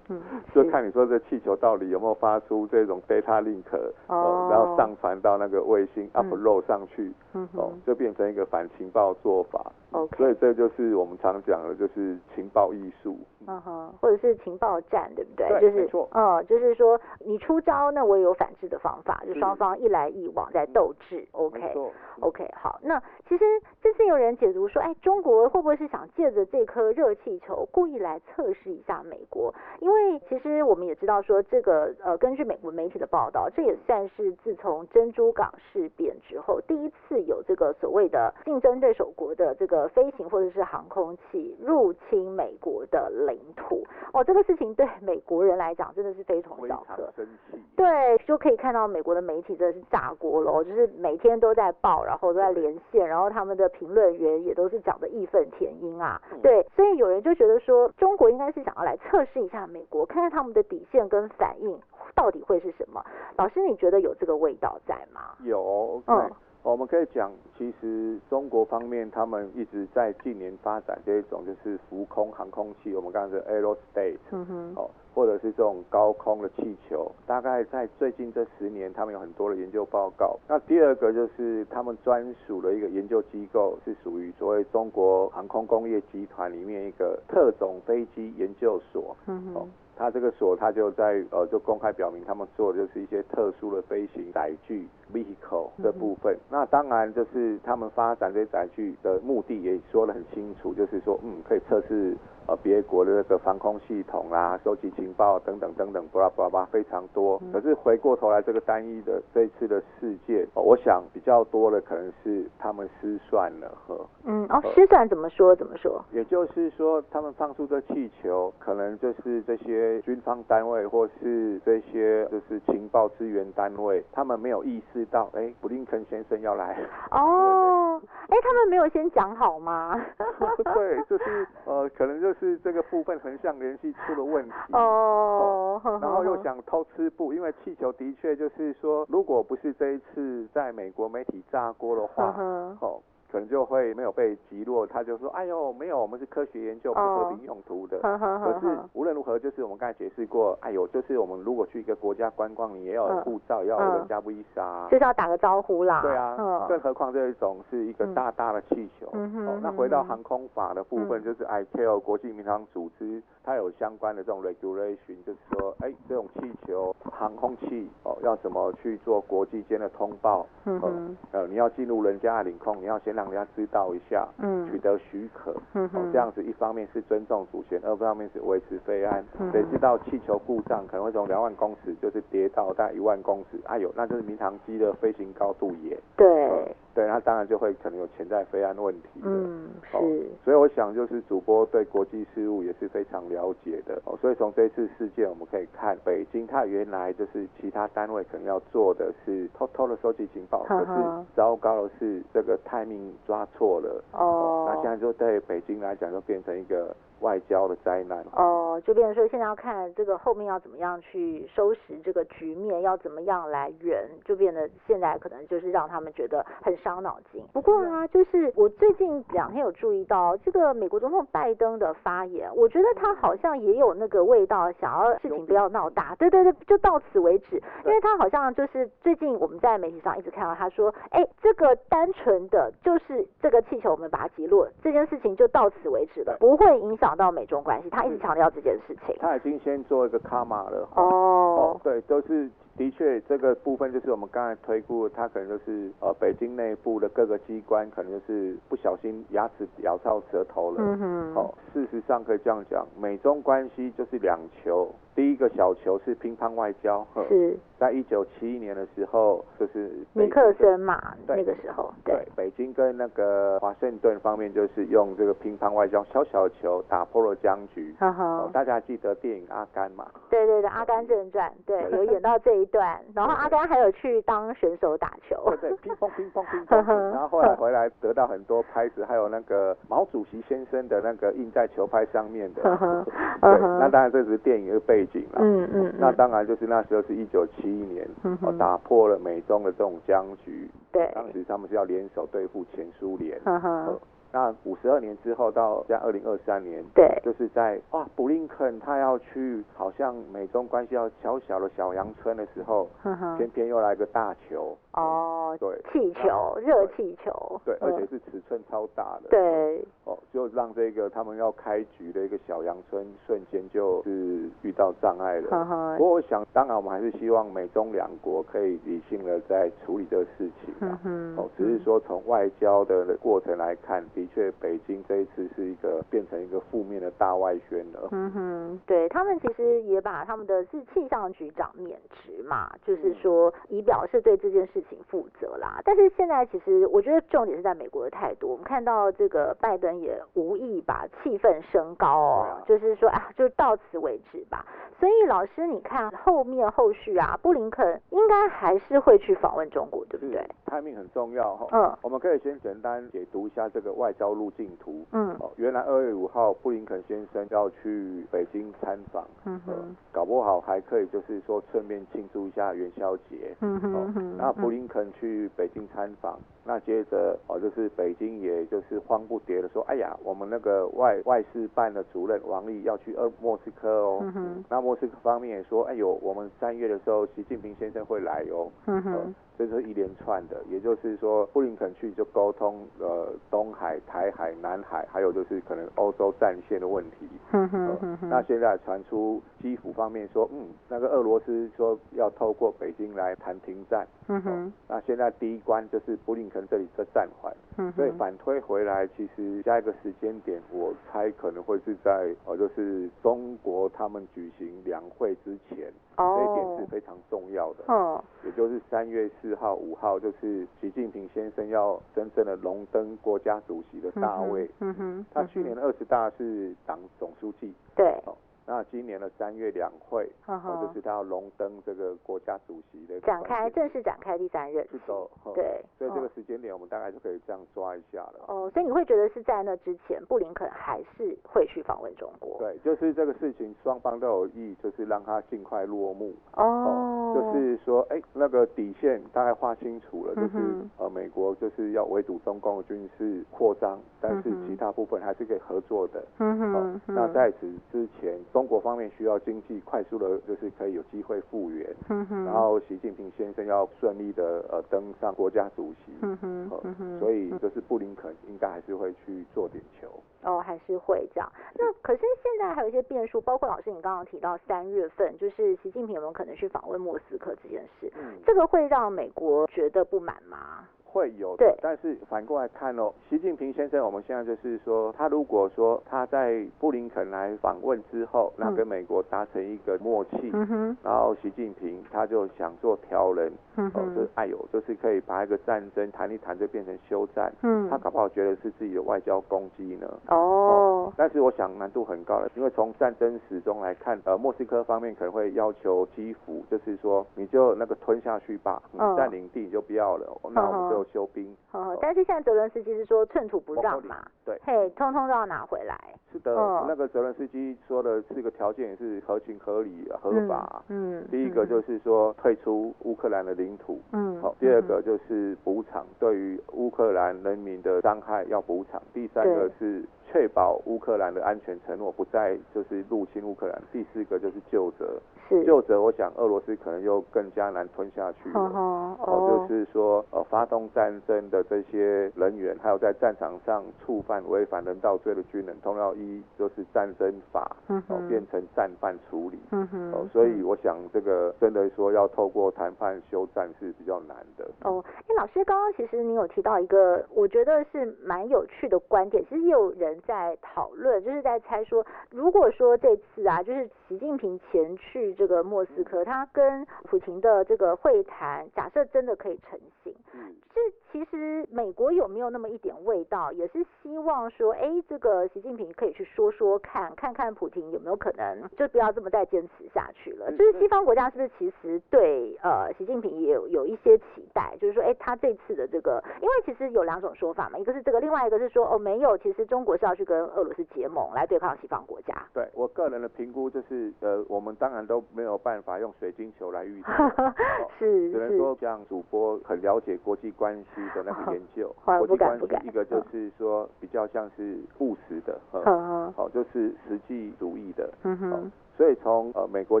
[SPEAKER 1] 嗯，
[SPEAKER 2] 就是看你说这气球到底有没有发出这种 data link，
[SPEAKER 1] 哦
[SPEAKER 2] 然后上传到那个卫星
[SPEAKER 1] 嗯
[SPEAKER 2] upload 上去，
[SPEAKER 1] 嗯
[SPEAKER 2] 哦
[SPEAKER 1] 哼，
[SPEAKER 2] 就变成一个反情报做法。所
[SPEAKER 1] ，OK，
[SPEAKER 2] 以这就是我们常讲的，就是情报艺术。
[SPEAKER 1] 嗯哼，或者是情报战，对不对？
[SPEAKER 2] 对
[SPEAKER 1] 就
[SPEAKER 2] 没
[SPEAKER 1] 是
[SPEAKER 2] 错，
[SPEAKER 1] 嗯，就是说你出招，那我也有反制的方法，就是双方一来一往在斗智，OK，
[SPEAKER 2] 没错，
[SPEAKER 1] OK，好，那其实这次有人解读说，哎，中国会不会是想借着这颗热气球故意来测试一下美国？因为其实我们也知道说，这个呃，根据美国媒体的报道，这也算是自从珍珠港事变之后第一次有这个所谓的竞争对手国的这个飞行或者是航空器入侵美国的领土。哦，这个事情对美国人来讲真的是非同
[SPEAKER 2] 非
[SPEAKER 1] 小
[SPEAKER 2] 常
[SPEAKER 1] 可。
[SPEAKER 2] 生气。
[SPEAKER 1] 对，就可以看到美国的媒体真的是炸锅了哦，就是每天都在报，然后都在连线，然后他们的评论员也都是讲的义愤填膺啊。
[SPEAKER 2] 嗯
[SPEAKER 1] 对，所以有人就觉得说，中国应该是想要来测试一下美国，看看他们的底线跟反应到底会是什么。老师，你觉得有这个味道在吗？
[SPEAKER 2] 有，对
[SPEAKER 1] 嗯
[SPEAKER 2] 我们可以讲，其实中国方面他们一直在近年发展这一种就是浮空航空器，我们刚才说 aerospace，
[SPEAKER 1] 嗯哼，
[SPEAKER 2] 哦，或者是这种高空的气球，大概在最近这十年，他们有很多的研究报告。那第二个就是他们专属的一个研究机构，是属于所谓中国航空工业集团里面一个特种飞机研究所。
[SPEAKER 1] 嗯
[SPEAKER 2] 哦
[SPEAKER 1] 哼，，
[SPEAKER 2] 它这个所它就在呃就公开表明，他们做的就是一些特殊的飞行载具 vehicle 这部分。
[SPEAKER 1] 嗯
[SPEAKER 2] 那当然就是他们发展这些载具的目的也说得很清楚，就是说嗯可以测试呃别国的那个防空系统啦、收集情报等等等等，巴拉巴拉巴拉非常多。
[SPEAKER 1] 嗯
[SPEAKER 2] 可是回过头来，这个单一的这一次的事件、呃我想比较多的可能是他们失算了呵。
[SPEAKER 1] 嗯，哦，失算怎么说？怎么说？
[SPEAKER 2] 也就是说，他们放出的气球，可能就是这些军方单位或是这些就是情报支援单位，他们没有意识到，哎，布林肯先生要来。
[SPEAKER 1] 哦，哎，他们没有先讲好吗？
[SPEAKER 2] 嗯 对，就是呃，可能就是这个部分横向联系出了问题。
[SPEAKER 1] 哦，
[SPEAKER 2] 然后又想偷吃步，因为气球的确就是说，如果不是这一次在美国媒体炸锅的
[SPEAKER 1] 呵
[SPEAKER 2] 话，
[SPEAKER 1] 呵，
[SPEAKER 2] 哦，可能就会没有被击落。他就说，哎呦，没有，我们是科学研究，不是
[SPEAKER 1] 哦
[SPEAKER 2] 和平用途的。
[SPEAKER 1] 呵呵呵
[SPEAKER 2] 可是
[SPEAKER 1] 呵，
[SPEAKER 2] 无论如何，就是我们刚才解释过，哎呦，就是我们如果去一个国家观光，你也要有
[SPEAKER 1] 嗯
[SPEAKER 2] 护照，也要
[SPEAKER 1] 嗯
[SPEAKER 2] 有人家 visa 啊。
[SPEAKER 1] 就是要打个招呼啦。
[SPEAKER 2] 对啊，更
[SPEAKER 1] 嗯，
[SPEAKER 2] 何况这一种是一个
[SPEAKER 1] 嗯
[SPEAKER 2] 大大的气球。
[SPEAKER 1] 嗯哼
[SPEAKER 2] 哦，那
[SPEAKER 1] 嗯
[SPEAKER 2] 回到
[SPEAKER 1] 哼
[SPEAKER 2] 航空法的部分，
[SPEAKER 1] 嗯
[SPEAKER 2] 就是 ICAO 国际民航组织，它有相关的这种 regulation，就是说，哎，这种气球、航空器哦，要怎么去做国际间的通报？
[SPEAKER 1] 嗯
[SPEAKER 2] 哦
[SPEAKER 1] 哼，
[SPEAKER 2] 呃，你要进入人家的领空，你要先让人家知道一下，取
[SPEAKER 1] 嗯，
[SPEAKER 2] 得许可。
[SPEAKER 1] 嗯
[SPEAKER 2] 哦
[SPEAKER 1] 哼，，
[SPEAKER 2] 这样子一方面是尊重主权，二方面是维持飞安。
[SPEAKER 1] 嗯
[SPEAKER 2] 谁知道气球故障可能会从两万公尺就是跌到大概一万公尺，哎呦，那就是民航机的飞行高度也，
[SPEAKER 1] 对，
[SPEAKER 2] 对，那当然就会可能有潜在飞安问题的。
[SPEAKER 1] 嗯，
[SPEAKER 2] 哦
[SPEAKER 1] 是，
[SPEAKER 2] 所以我想，就是主播对国际事务也是非常了解的哦。所以从这次事件，我们可以看北京，它原来就是其他单位可能要做的是偷偷的收集情报，可
[SPEAKER 1] 呵呵
[SPEAKER 2] 是糟糕的是这个泰命抓错了。那现
[SPEAKER 1] 哦，
[SPEAKER 2] 在就对北京来讲，就变成一个外交的灾难。
[SPEAKER 1] 哦，就变成说现在要看这个后面要怎么样去收拾这个局面，要怎么样来圆，就变得现在可能就是让他们觉得很伤脑筋。不过啊，就是我最近两天有注意到这个美国总统拜登的发言，我觉得他好像也有那个味道，想要事情不要闹大，对对对，就到此为止。因为他好像就是最近我们在媒体上一直看到他说，哎，这个单纯的就是这个气球我们把它击落，这件事情就到此为止了，不会影响到美中关系。他一直强调这件事情。
[SPEAKER 2] 他已经先做一个卡玛了。
[SPEAKER 1] 哦，
[SPEAKER 2] 对，都是的确，这个部分就是我们刚才推估，它可能就是呃北京内部的各个机关可能就是不小心牙齿咬到舌头了。
[SPEAKER 1] 嗯哼，
[SPEAKER 2] 哦，事实上可以这样讲，美中关系就是两球，第一个小球是乒乓外交，呵
[SPEAKER 1] 是
[SPEAKER 2] 在一九七一年的时候，就是北
[SPEAKER 1] 尼克
[SPEAKER 2] 京跟
[SPEAKER 1] 森嘛，
[SPEAKER 2] 对
[SPEAKER 1] 那个时候，
[SPEAKER 2] 对，哦北京跟那个华盛顿方面就是用这个乒乓外交小小球打破了僵局。
[SPEAKER 1] 哈
[SPEAKER 2] 哦
[SPEAKER 1] 哈，，
[SPEAKER 2] 大家还记得电影《阿甘》 嘛？
[SPEAKER 1] 嗯对对对，《阿甘正传》对有演到这一 段，然后阿甘还有去当选手打球，
[SPEAKER 2] 对对，乒乓乒乓 乒乓，然后后来回来得到很多拍子，还有那个毛主席先生的那个印在球拍上面 的。
[SPEAKER 1] 呵呵
[SPEAKER 2] 对
[SPEAKER 1] 嗯，哼
[SPEAKER 2] 那当然这只是电影的背景啦。
[SPEAKER 1] 嗯嗯
[SPEAKER 2] 那
[SPEAKER 1] 嗯，
[SPEAKER 2] 当然就是那时候是一九七一年，
[SPEAKER 1] 嗯
[SPEAKER 2] 哦，
[SPEAKER 1] 哼
[SPEAKER 2] 打破了美中的这种僵局。
[SPEAKER 1] 对，
[SPEAKER 2] 当时他们是要联手对付前苏联。
[SPEAKER 1] 呵呵，
[SPEAKER 2] 那五十二年之后到在二零二三年，
[SPEAKER 1] 对，
[SPEAKER 2] 就是在哇，布林肯他要去，好像美中关系要小小的小阳春的时候，
[SPEAKER 1] 呵呵
[SPEAKER 2] 偏，偏又来个大球。
[SPEAKER 1] 哦，
[SPEAKER 2] 对
[SPEAKER 1] 气球，热气球，
[SPEAKER 2] 对，而且
[SPEAKER 1] 嗯
[SPEAKER 2] 是尺寸超大的。。
[SPEAKER 1] 对，
[SPEAKER 2] 哦，就让这个他们要开局的一个小阳春瞬间就是遇到障碍了。
[SPEAKER 1] 呵呵
[SPEAKER 2] 不，过我想，当然我们还是希望美中两国可以理性的在处理这个事情
[SPEAKER 1] 嗯
[SPEAKER 2] 啊。
[SPEAKER 1] 哼，
[SPEAKER 2] 哦，只是说从外交的过程来看，的确北京这一次是一个变成一个负面的大外宣了。
[SPEAKER 1] 嗯哼，对他们其实也把他们的是气象局长免职嘛，就是
[SPEAKER 2] 嗯
[SPEAKER 1] 说以表示对这件事情负责啦。但是现在其实我觉得重点是在美国的态度，我们看到这个拜登也无意把气氛升高哦，
[SPEAKER 2] 对啊
[SPEAKER 1] 就是说啊，就到此为止吧。所以老师，你看后面后续啊，布林肯应该还是会去访问中国，对不嗯
[SPEAKER 2] 是
[SPEAKER 1] 对？
[SPEAKER 2] ，timing 很重要哈、哦。
[SPEAKER 1] 嗯
[SPEAKER 2] 我们可以先简单解读一下这个外交路径图。
[SPEAKER 1] 嗯
[SPEAKER 2] 哦，原来二月五号布林肯先生要去北京参访，
[SPEAKER 1] 嗯
[SPEAKER 2] 呃
[SPEAKER 1] 哼
[SPEAKER 2] 搞不好还可以就是说顺便庆祝一下元宵节。
[SPEAKER 1] 嗯哼
[SPEAKER 2] 哦
[SPEAKER 1] 嗯哼，
[SPEAKER 2] 那布林肯去北京参访，那接着哦，就是北京也就是慌不迭的说，哎呀，我们那个外外事办的主任王毅要去呃莫斯科哦。
[SPEAKER 1] 嗯哼
[SPEAKER 2] 那莫斯科方面也说，哎呦，我们三月的时候，习近平先生会来哦。
[SPEAKER 1] 嗯
[SPEAKER 2] 呃
[SPEAKER 1] 哼，
[SPEAKER 2] 这是一连串的，也就是说，布林肯去就沟通呃东海、台海、南海，还有就是可能欧洲战线的问题。
[SPEAKER 1] 嗯
[SPEAKER 2] 呃
[SPEAKER 1] 哼嗯哼，
[SPEAKER 2] 那现在传出基辅方面说，嗯，那个俄罗斯说要透过北京来谈停战。哦
[SPEAKER 1] 嗯哼
[SPEAKER 2] 那现在第一关就是布林肯这里在暂缓，
[SPEAKER 1] 嗯
[SPEAKER 2] 所以
[SPEAKER 1] 哼，
[SPEAKER 2] 反推回来，其实下一个时间点，我猜可能会是在呃，就是中国他们举行两会之前，这一点是
[SPEAKER 1] 哦，
[SPEAKER 2] 非常重要的。
[SPEAKER 1] 哦，
[SPEAKER 2] 也就是三月四号、五号，就是习近平先生要真正的荣登国家主席的大位。
[SPEAKER 1] 嗯哼，
[SPEAKER 2] 他去年的二十大是党总书记，
[SPEAKER 1] 对，嗯
[SPEAKER 2] 那今年的三月两会，
[SPEAKER 1] 呵
[SPEAKER 2] 哦，
[SPEAKER 1] 呵
[SPEAKER 2] 就是他要荣登这个国家主席的
[SPEAKER 1] 展开
[SPEAKER 2] 关键
[SPEAKER 1] 正式展开第三任，
[SPEAKER 2] 是的，哦
[SPEAKER 1] 对，
[SPEAKER 2] 所以这个
[SPEAKER 1] 哦
[SPEAKER 2] 时间点我们大概就可以这样抓一下了。
[SPEAKER 1] 哦，所以你会觉得是在那之前，布林肯还是会去访问中国，
[SPEAKER 2] 对，就是这个事情双方都有意，就是让它尽快落幕。
[SPEAKER 1] 哦，
[SPEAKER 2] 就是说，哎、那个底线大概画清楚了，就是、
[SPEAKER 1] 嗯
[SPEAKER 2] 呃，美国就是要围堵中共的军事扩张，但是
[SPEAKER 1] 嗯哼
[SPEAKER 2] 其他部分还是可以合作的。
[SPEAKER 1] 嗯
[SPEAKER 2] 哦
[SPEAKER 1] 哼，
[SPEAKER 2] 那
[SPEAKER 1] 嗯
[SPEAKER 2] 在此之前，中国方面需要经济快速的，就是可以有机会复原，
[SPEAKER 1] 嗯哼，
[SPEAKER 2] 然后习近平先生要顺利的呃登上国家主席。
[SPEAKER 1] 嗯哼
[SPEAKER 2] 哦
[SPEAKER 1] 嗯哼，
[SPEAKER 2] 所以就是布林肯应该还是会去做点球，
[SPEAKER 1] 哦，还是会这样。那可是现在还有一些变数，包括老师你刚刚提到三月份，就是习近平有没有可能去访问莫斯科这件事，
[SPEAKER 2] 嗯，
[SPEAKER 1] 这个会让美国觉得不满吗？
[SPEAKER 2] 会有
[SPEAKER 1] 对
[SPEAKER 2] 的。但是反过来看哦，习近平先生，我们现在就是说，他如果说他在布林肯来访问之后，那
[SPEAKER 1] 嗯
[SPEAKER 2] 跟美国达成一个默契，
[SPEAKER 1] 嗯哼，
[SPEAKER 2] 然后习近平他就想做调人，
[SPEAKER 1] 嗯
[SPEAKER 2] 哦，就是
[SPEAKER 1] 哼，
[SPEAKER 2] 哎呦，就是可以把一个战争谈一谈就变成休战，
[SPEAKER 1] 嗯
[SPEAKER 2] 他，搞不好觉得是自己的外交攻击呢。
[SPEAKER 1] 哦，
[SPEAKER 2] 但是我想难度很高了，因为从战争史中来看，呃，莫斯科方面可能会要求基辅，就是说你就那个吞下去吧，你
[SPEAKER 1] 嗯
[SPEAKER 2] 占领地你就不要了，哦那我们就休兵。
[SPEAKER 1] 哦，但是现在泽伦斯基是说寸土不让嘛，
[SPEAKER 2] 对，
[SPEAKER 1] 嘿，通通都要拿回来，
[SPEAKER 2] 是的，
[SPEAKER 1] 嗯
[SPEAKER 2] 那个泽伦斯基说的四个条件也是合情合理、合法。
[SPEAKER 1] 嗯，嗯，
[SPEAKER 2] 第一个就是说退出乌克兰的领土，
[SPEAKER 1] 嗯，
[SPEAKER 2] 好、第二个就是补偿对于乌克兰人民的伤害要补偿，第三
[SPEAKER 1] 对
[SPEAKER 2] 个是确保乌克兰的安全承诺不再就是入侵乌克兰。第四个就是救责，
[SPEAKER 1] 是，
[SPEAKER 2] 救责我想俄罗斯可能又更加难吞下去了。
[SPEAKER 1] 嗯哼，
[SPEAKER 2] 哦，
[SPEAKER 1] 哦
[SPEAKER 2] 就，是说，呃，发动战争的这些人员，还有在战场上触犯违反人道罪的军人，都要依就是战争法，
[SPEAKER 1] 嗯
[SPEAKER 2] 哦、
[SPEAKER 1] 哼
[SPEAKER 2] 变成战犯处理。
[SPEAKER 1] 嗯哼，
[SPEAKER 2] 哦，所以
[SPEAKER 1] 嗯
[SPEAKER 2] 我想这个真的说要透过谈判休战是比较难的。
[SPEAKER 1] 哦，哎，老师，刚刚其实您有提到一个，我觉得是蛮有趣的观点，其实也有人在讨论，就是在猜说，如果说这次啊，就是习近平前去这个莫斯科，他跟普京的这个会谈，假设真的可以成型，
[SPEAKER 2] 嗯，
[SPEAKER 1] 这其实美国有没有那么一点味道，也是希望说，哎，这个习近平可以去说说看，看看普京有没有可能，就不要这么再坚持下去了。
[SPEAKER 2] 嗯
[SPEAKER 1] 就是西方国家是不是其实对呃习近平也有有一些期待，就是说，哎，他这次的这个，因为其实有两种说法嘛，一个是这个，另外一个是说，哦，没有，其实中国是要去跟俄罗斯结盟来对抗西方国家。
[SPEAKER 2] 对我个人的评估就是，呃，我们当然都没有办法用水晶球来预 测哦
[SPEAKER 1] 是
[SPEAKER 2] 只能
[SPEAKER 1] 是，，
[SPEAKER 2] 说像主播很了解国际关系的那个研 究
[SPEAKER 1] 好
[SPEAKER 2] 国
[SPEAKER 1] 不
[SPEAKER 2] 际
[SPEAKER 1] 敢
[SPEAKER 2] 关
[SPEAKER 1] 不敢
[SPEAKER 2] 系一个就
[SPEAKER 1] 嗯
[SPEAKER 2] 是说比较像是务实的，呃
[SPEAKER 1] 嗯
[SPEAKER 2] 好、就是实际主义的。
[SPEAKER 1] 嗯
[SPEAKER 2] 好
[SPEAKER 1] 哼，
[SPEAKER 2] 所以从呃美国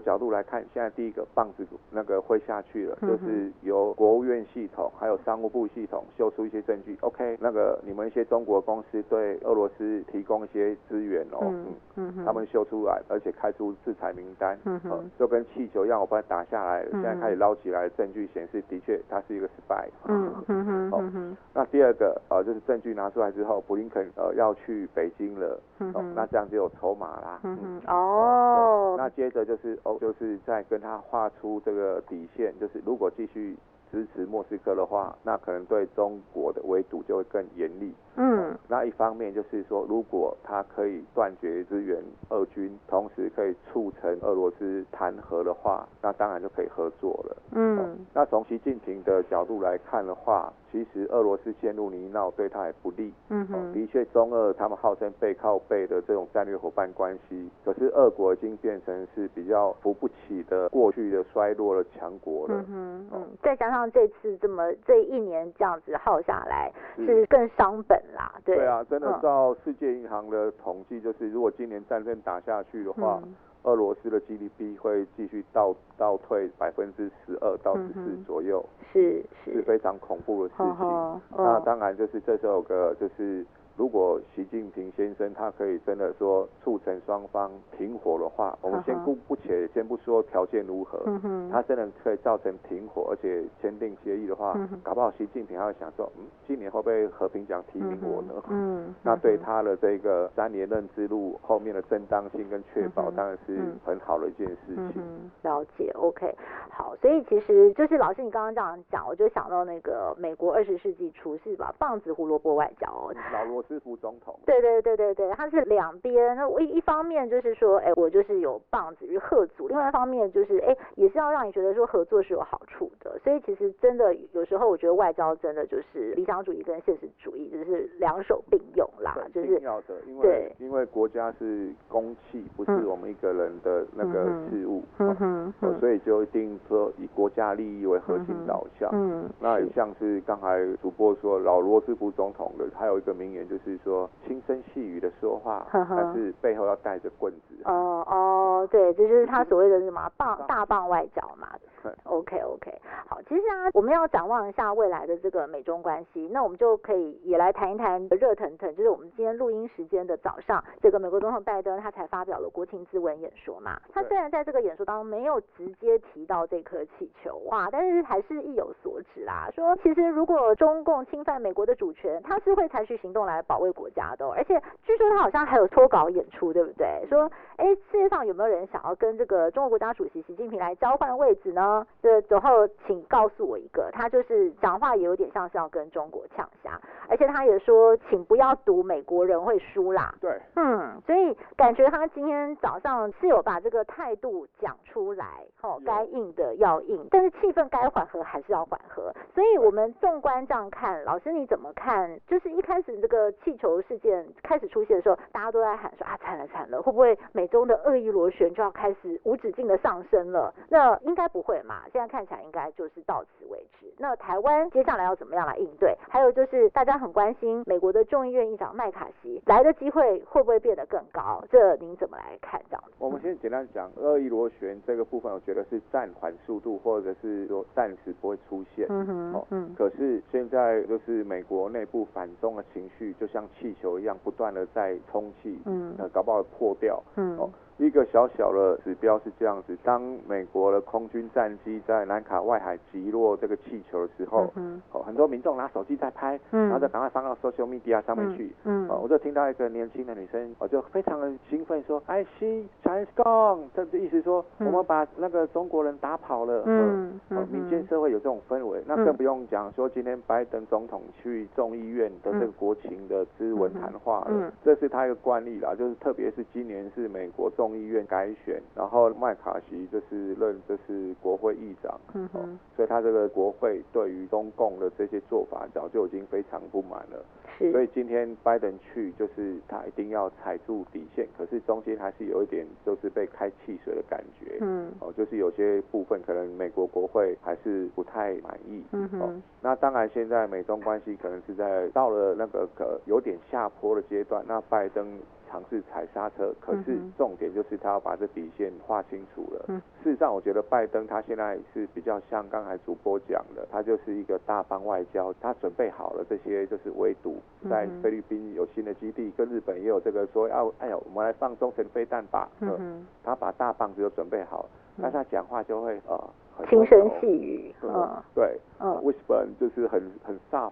[SPEAKER 2] 角度来看，现在第一个棒子那个挥下去了，
[SPEAKER 1] 嗯
[SPEAKER 2] 就
[SPEAKER 1] 哼
[SPEAKER 2] 是由国务院系统还有商务部系统秀出一些证据。OK，那个你们一些中国公司对俄罗斯提供一些资源哦，
[SPEAKER 1] 嗯嗯哼，
[SPEAKER 2] 他们秀出来，而且开出制裁名单，
[SPEAKER 1] 嗯
[SPEAKER 2] 呃
[SPEAKER 1] 哼，
[SPEAKER 2] 就跟气球一样，我把它打下来了。
[SPEAKER 1] 嗯哼
[SPEAKER 2] 现在开始捞起来的证据显示，的确它是一个 spy。
[SPEAKER 1] 嗯嗯哼
[SPEAKER 2] 好
[SPEAKER 1] 嗯哼
[SPEAKER 2] 那第二个呃，就是证据拿出来之后，布林肯呃要去北京了，
[SPEAKER 1] 嗯
[SPEAKER 2] 哦
[SPEAKER 1] 哼，
[SPEAKER 2] 那这样就有筹码啦。
[SPEAKER 1] 嗯哼，
[SPEAKER 2] 哦
[SPEAKER 1] 哦，
[SPEAKER 2] 那接着就是哦，就是在跟他画出这个底线，就是如果继续支持莫斯科的话，那可能对中国的围堵就会更严厉。
[SPEAKER 1] 嗯
[SPEAKER 2] 那一方面就是说，如果他可以断绝支援俄军，同时可以促成俄罗斯谈和的话，那当然就可以合作了。哦
[SPEAKER 1] 嗯
[SPEAKER 2] 那从习近平的角度来看的话，其实俄罗斯陷入泥淖对他也不利。
[SPEAKER 1] 嗯
[SPEAKER 2] 哦
[SPEAKER 1] 哼，
[SPEAKER 2] 的确，中俄他们号称背靠背的这种战略伙伴关系，可是俄国已经变成是比较扶不起的过去的衰落的强国了
[SPEAKER 1] 嗯。哼，嗯，再加上这次这么这一年这样子耗下来，是更伤本啦，对，
[SPEAKER 2] 嗯对啊，真的
[SPEAKER 1] 嗯
[SPEAKER 2] 照世界银行的统计，就是如果今年战争打下去的话，
[SPEAKER 1] 嗯
[SPEAKER 2] 俄罗斯的 GDP 会继续倒倒退百分之十二到十
[SPEAKER 1] 嗯
[SPEAKER 2] 四
[SPEAKER 1] 哼
[SPEAKER 2] 左右，
[SPEAKER 1] 是
[SPEAKER 2] 是
[SPEAKER 1] 是，
[SPEAKER 2] 非常恐怖的事
[SPEAKER 1] 哦
[SPEAKER 2] 情。
[SPEAKER 1] 吼，
[SPEAKER 2] 那
[SPEAKER 1] 哦，
[SPEAKER 2] 当然就是这时候有个就是，如果习近平先生他可以真的说促成双方停火的话，我们先
[SPEAKER 1] 嗯哼
[SPEAKER 2] 姑不且先不说条件如何，
[SPEAKER 1] 嗯哼，
[SPEAKER 2] 他真的可以造成停火，而且签订协议的话，
[SPEAKER 1] 嗯哼
[SPEAKER 2] 搞不好习近平还会想说，嗯，今年会不会和平奖提名
[SPEAKER 1] 嗯
[SPEAKER 2] 我
[SPEAKER 1] 哼
[SPEAKER 2] 呢？
[SPEAKER 1] 嗯，
[SPEAKER 2] 那对
[SPEAKER 1] 嗯哼，
[SPEAKER 2] 他的这个三连任之路后面的正当性跟确
[SPEAKER 1] 嗯
[SPEAKER 2] 保，
[SPEAKER 1] 哼
[SPEAKER 2] 当然是
[SPEAKER 1] 嗯
[SPEAKER 2] 很好的一件事
[SPEAKER 1] 嗯
[SPEAKER 2] 情。
[SPEAKER 1] 哼，了解，OK，好，所以其实就是老师你刚刚这样讲，我就想到那个美国二十世纪初是吧，棒子胡萝卜外交哦，
[SPEAKER 2] 老罗斯福总统，
[SPEAKER 1] 对对对对对，它是两边。那我一一方面就是说，哎，我就是有棒子与贺族；，另外一方面就是，哎，也是要让你觉得说合作是有好处的。所以其实真的有时候，我觉得外交真的就是理想主义跟现实主义就是两手并用啦，就
[SPEAKER 2] 对，一
[SPEAKER 1] 是
[SPEAKER 2] 定要的，因
[SPEAKER 1] 对
[SPEAKER 2] 为因为国家是公器，不是
[SPEAKER 1] 嗯
[SPEAKER 2] 我们一个人的那个
[SPEAKER 1] 嗯哼
[SPEAKER 2] 事务，
[SPEAKER 1] 嗯
[SPEAKER 2] 哦
[SPEAKER 1] 哼
[SPEAKER 2] 哦
[SPEAKER 1] 嗯
[SPEAKER 2] 所以就一定说以国家利益为核
[SPEAKER 1] 嗯
[SPEAKER 2] 心
[SPEAKER 1] 哼
[SPEAKER 2] 导向。
[SPEAKER 1] 嗯，
[SPEAKER 2] 那也
[SPEAKER 1] 是
[SPEAKER 2] 像是刚才主播说，老罗斯福总统的，还有一个名言就是说，轻声细语的说话，
[SPEAKER 1] 呵呵
[SPEAKER 2] 但是背后要带着棍子。
[SPEAKER 1] 哦哦，对，这就是他所谓的什么棒大棒外交嘛。
[SPEAKER 2] 对
[SPEAKER 1] OK OK，好，其实啊，我们要展望一下未来的这个美中关系，那我们就可以也来谈一谈热腾腾，就是我们今天录音时间的早上，这个美国总统拜登他才发表了国情咨文演说嘛。他
[SPEAKER 2] 对
[SPEAKER 1] 虽然在这个演说当中没有直接提到这颗气球哇，但是还是意有所指啦，说其实如果中共侵犯美国的主权，他是会采取行动来保卫国家的哦、而且据说他好像还有脱稿演出，对不对？说哎，世界上有没有人想要跟这个中国国家主席习近平来交换位置呢？这然后请告诉我一个，他就是讲话也有点像是要跟中国呛虾，而且他也说，请不要赌美国人会输啦。
[SPEAKER 2] 对，
[SPEAKER 1] 嗯，所以感觉他今天早上是有把这个态度讲出来，哦
[SPEAKER 2] 有，
[SPEAKER 1] 该硬的要硬，但是气氛该缓和还是要缓和。所以我们纵观这样看，老师你怎么看？就是一开始这个个气球事件开始出现的时候，大家都在喊说啊，惨了惨了，会不会美中的恶意螺旋就要开始无止境的上升了？那应该不会嘛，现在看起来应该就是到此为止。那台湾接下来要怎么样来应对？还有就是大家很关心美国的众议院议长麦卡锡来的机会会不会变得更高？这您怎么来看？这样子，
[SPEAKER 2] 我们先简单讲恶意螺旋这个部分，我觉得是暂缓速度，或者是说暂时不会出现。
[SPEAKER 1] 嗯哼
[SPEAKER 2] 哦，
[SPEAKER 1] 嗯
[SPEAKER 2] 可是现在就是美国内部反中的情绪，就像气球一样不断的在充气，
[SPEAKER 1] 嗯
[SPEAKER 2] 呃，搞不好破掉。
[SPEAKER 1] 嗯
[SPEAKER 2] 一个小小的指标是这样子：当美国的空军战机在南卡外海击落这个气球的时候，
[SPEAKER 1] 嗯
[SPEAKER 2] 哦，很多民众拿手机在拍，
[SPEAKER 1] 嗯
[SPEAKER 2] 然后再赶快放到 social media 上面去。
[SPEAKER 1] 嗯
[SPEAKER 2] 哦，我就听到一个年轻的女生，我就非常的兴奋说：“I see Chinese gone。”这这意思说，
[SPEAKER 1] 嗯
[SPEAKER 2] 我们把那个中国人打跑了。
[SPEAKER 1] 嗯
[SPEAKER 2] 呃，
[SPEAKER 1] 嗯
[SPEAKER 2] 民间社会有这种氛围，那
[SPEAKER 1] 嗯
[SPEAKER 2] 更不用讲说今天拜登总统去众议院的这个国情的咨文谈话了，
[SPEAKER 1] 嗯嗯
[SPEAKER 2] 这是他一个惯例啦，就是特别是今年是美国众议院改选，然后麦卡锡就是任就是国会议长，
[SPEAKER 1] 嗯
[SPEAKER 2] 哦，所以他这个国会对于中共的这些做法早就已经非常不满了。哦所
[SPEAKER 1] 是
[SPEAKER 2] 以今天拜登去，就是他一定要踩住底线，可是中间还是有一点就是被开汽水的感觉。
[SPEAKER 1] 嗯
[SPEAKER 2] 哦，就是有些部分可能美国国会还是不太满意。
[SPEAKER 1] 嗯
[SPEAKER 2] 哦，那当然现在美中关系可能是在到了那个可有点下坡的阶段，那拜登尝试踩刹车，可是
[SPEAKER 1] 嗯哼
[SPEAKER 2] 重点就是他要把这底线划清楚了。
[SPEAKER 1] 嗯
[SPEAKER 2] 事实上，我觉得拜登他现在是比较像刚才主播讲的，他就是一个大方外交，他准备好了这些就是围堵，在
[SPEAKER 1] 嗯哼
[SPEAKER 2] 菲律宾有新的基地，跟日本也有这个说要，哎呀，我们来放中程飞弹吧。
[SPEAKER 1] 嗯
[SPEAKER 2] 呃
[SPEAKER 1] 哼，
[SPEAKER 2] 他把大棒子都准备好，
[SPEAKER 1] 嗯
[SPEAKER 2] 但是他讲话就会呃很
[SPEAKER 1] 轻
[SPEAKER 2] 温
[SPEAKER 1] 声
[SPEAKER 2] 柔
[SPEAKER 1] 细语，
[SPEAKER 2] 对
[SPEAKER 1] 嗯
[SPEAKER 2] 对
[SPEAKER 1] 嗯，
[SPEAKER 2] ，whisper 就是很很 soft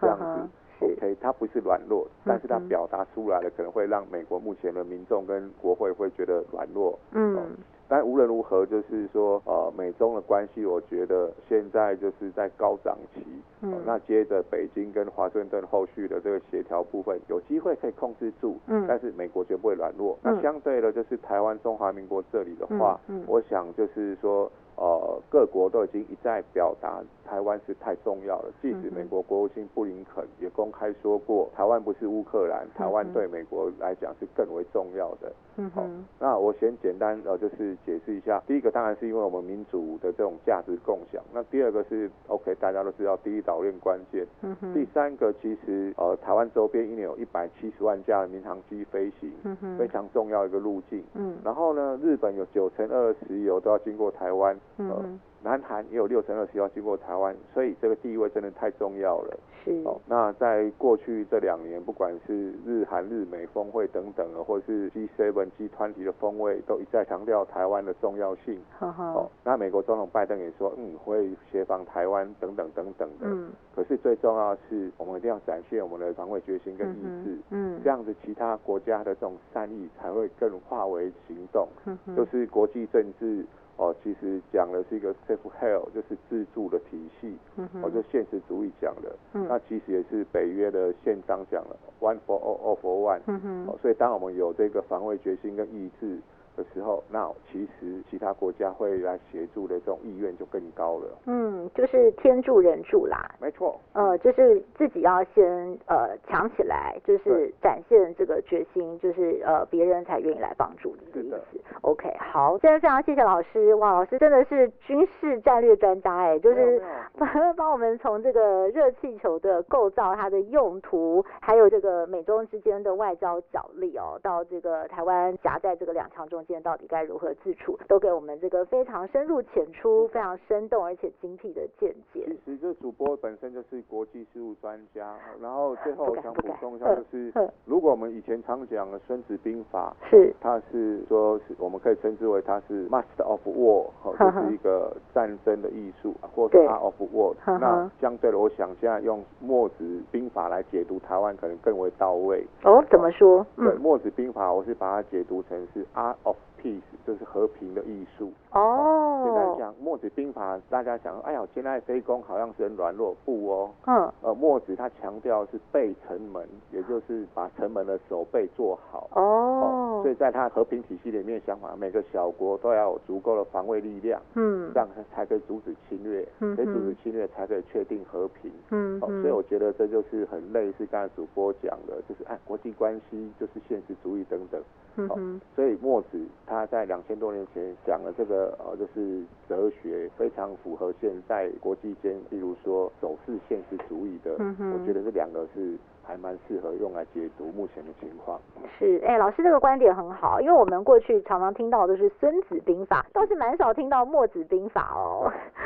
[SPEAKER 2] 这样子。
[SPEAKER 1] 是
[SPEAKER 2] OK，他不是软弱，但是他
[SPEAKER 1] 嗯哼
[SPEAKER 2] 表达出来的可能会让美国目前的民众跟国会会觉得软弱。
[SPEAKER 1] 嗯
[SPEAKER 2] 但无论如何，就是说，呃，美中的关系，我觉得现在就是在高涨期。
[SPEAKER 1] 嗯
[SPEAKER 2] 哦那接着北京跟华盛顿后续的这个协调部分，有机会可以控制住，
[SPEAKER 1] 嗯
[SPEAKER 2] 但是美国绝不会软弱。
[SPEAKER 1] 嗯
[SPEAKER 2] 那相对的，就是台湾中华民国这里的话，
[SPEAKER 1] 嗯嗯
[SPEAKER 2] 我想就是说。呃，各国都已经一再表达台湾是太重要了。即使
[SPEAKER 1] 嗯哼
[SPEAKER 2] 美国国务卿布林肯也公开说过，台湾不是乌克兰，台
[SPEAKER 1] 嗯
[SPEAKER 2] 湾
[SPEAKER 1] 哼
[SPEAKER 2] 对美国来讲是更为重要的。
[SPEAKER 1] 嗯
[SPEAKER 2] 好
[SPEAKER 1] 哼，
[SPEAKER 2] 那我先简单呃，就是解释一下。第一个当然是因为我们民主的这种价值共享。那第二个是 OK，大家都知道第一岛链关键。
[SPEAKER 1] 嗯
[SPEAKER 2] 第
[SPEAKER 1] 哼，
[SPEAKER 2] 三个其实呃，台湾周边一年有一百七十万架的民航机飞行，
[SPEAKER 1] 嗯哼，
[SPEAKER 2] 非常重要一个路径。
[SPEAKER 1] 嗯
[SPEAKER 2] 然后呢，日本有九成二的石油都要经过台湾，
[SPEAKER 1] 嗯哼，
[SPEAKER 2] 南韩也有六成二石油要经过台湾，所以这个地位真的太重要了。
[SPEAKER 1] 是，
[SPEAKER 2] 哦，那在过去这两年，不管是日韩、日美峰会等等啊，或是 G7、G 团体的峰会，都一再强调台湾的重要性。
[SPEAKER 1] 呵
[SPEAKER 2] 哦
[SPEAKER 1] 呵，，
[SPEAKER 2] 那美国总统拜登也说，嗯，会协防台湾等等等等的。
[SPEAKER 1] 嗯
[SPEAKER 2] 可是最重要的是，我们一定要展现我们的防卫决心跟意志
[SPEAKER 1] 嗯，嗯，
[SPEAKER 2] 这样子其他国家的这种善意才会更化为行动。
[SPEAKER 1] 嗯哼，
[SPEAKER 2] 就是国际政治哦，其实讲的是一个 self help，就是自助的体系，
[SPEAKER 1] 嗯哼，
[SPEAKER 2] 哦，就现实主义讲的。
[SPEAKER 1] 嗯
[SPEAKER 2] 那其实也是北约的宪章讲了 “one for all, all for one”、
[SPEAKER 1] 嗯哼
[SPEAKER 2] 哦。所以当我们有这个防卫决心跟意志的时候，那其实其他国家会来协助的这种意愿就更高了。
[SPEAKER 1] 嗯，就是天助人助啦，
[SPEAKER 2] 没错，
[SPEAKER 1] 呃，就是自己要先呃强起来，就是
[SPEAKER 2] 嗯对
[SPEAKER 1] 展现这个决心，就是呃别人才愿意来帮助你的
[SPEAKER 2] 是
[SPEAKER 1] 意
[SPEAKER 2] 的
[SPEAKER 1] 思。OK，好，今天非常谢谢老师，哇，老师真的是军事战略专家哎，就
[SPEAKER 2] 没有
[SPEAKER 1] 是
[SPEAKER 2] 没有
[SPEAKER 1] 帮帮我们从这个热气球的构造、它的用途，还有这个美中之间的外交角力哦，到这个台湾夹在这个两强中间到底该如何自处，都给我们这个非常深入浅出、非常生动而且精辟的见解。
[SPEAKER 2] 其实这主播本身就是国际事务专家，哦然后最后
[SPEAKER 1] 不
[SPEAKER 2] 我
[SPEAKER 1] 敢
[SPEAKER 2] 想
[SPEAKER 1] 不
[SPEAKER 2] 补
[SPEAKER 1] 敢
[SPEAKER 2] 充一下，就是
[SPEAKER 1] 嗯嗯
[SPEAKER 2] 如果我们以前常讲的《孙子兵法》，
[SPEAKER 1] 是，
[SPEAKER 2] 它是说是我们可以称之为它是 master of war，哦，
[SPEAKER 1] 呵
[SPEAKER 2] 就
[SPEAKER 1] 呵
[SPEAKER 2] 是一个战争的艺术，啊或是
[SPEAKER 1] 对
[SPEAKER 2] art of war
[SPEAKER 1] 呵。呵
[SPEAKER 2] 那相对的，我想现在用墨子兵法来解读台湾可能更为到位。
[SPEAKER 1] 哦，怎么说？
[SPEAKER 2] 对，
[SPEAKER 1] 嗯，
[SPEAKER 2] 墨子兵法我是把它解读成是 art of peace，就是和平的艺术。简单
[SPEAKER 1] 哦，
[SPEAKER 2] 讲，墨子兵法大家想，哎呀，现在非攻好像是很软弱，不哦。
[SPEAKER 1] 嗯，
[SPEAKER 2] 呃，墨子他强调是背城门，也就是把城门的守备做好。
[SPEAKER 1] 哦，哦
[SPEAKER 2] 所，以在它和平体系里面想法，每个小国都要有足够的防卫力量，
[SPEAKER 1] 嗯
[SPEAKER 2] 这样才可以阻止侵略，
[SPEAKER 1] 嗯
[SPEAKER 2] 可以阻止
[SPEAKER 1] 哼
[SPEAKER 2] 侵略才可以确定和平。
[SPEAKER 1] 嗯
[SPEAKER 2] 哦，所以我觉得这就是很类似刚才主播讲的，就是哎，国际关系就是现实主义等等。
[SPEAKER 1] 嗯
[SPEAKER 2] 哦
[SPEAKER 1] 哼
[SPEAKER 2] 所以墨子他在两千多年前讲的这个呃，就是哲学非常符合现在国际间，例如说走势现实主义的，
[SPEAKER 1] 嗯哼
[SPEAKER 2] 我觉得这两个是还蛮适合用来解读目前的情况。
[SPEAKER 1] 是，哎、老师这个观点很好，因为我们过去常常听到的是《孙子兵法》，倒是蛮少听到《墨子兵法》哦。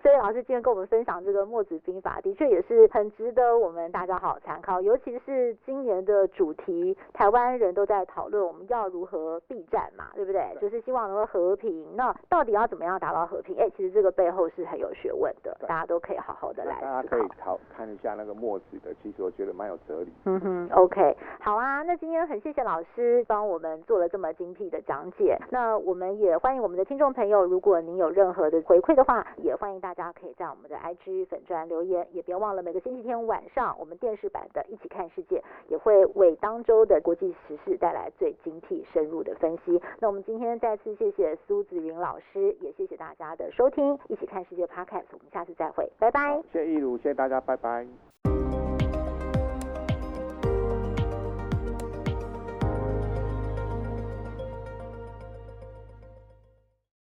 [SPEAKER 1] 所以老师今天跟我们分享这个《墨子兵法》，的确也是很值得我们大家好好参考。尤其是今年的主题，台湾人都在讨论我们要如何避战嘛，对不对？就是希望能够和平。那到底要怎么样达到和平？哎、其实这个背后是很有学问的，
[SPEAKER 2] 对
[SPEAKER 1] 大家都可以好好的来
[SPEAKER 2] 那大
[SPEAKER 1] 思考
[SPEAKER 2] 家可以。考看一下那个墨子的，其实我觉得蛮有哲理。
[SPEAKER 1] 嗯哼，OK，好 啊，那今天很谢谢老师帮我们做了这么精辟的讲解。那我们也欢迎我们的听众朋友，如果您有任何的回馈的话，也欢迎大家可以在我们的 IG 粉专留言，也别忘了每个星期天晚上我们电视版的《一起看世界》也会为当周的国际时事带来最精辟深入的分析。那我们今天再次谢谢苏子云老师，也谢谢大家的收听，《一起看世界》Podcast，我们下次再会，拜拜。
[SPEAKER 2] 好谢谢一如，谢谢大家，拜拜。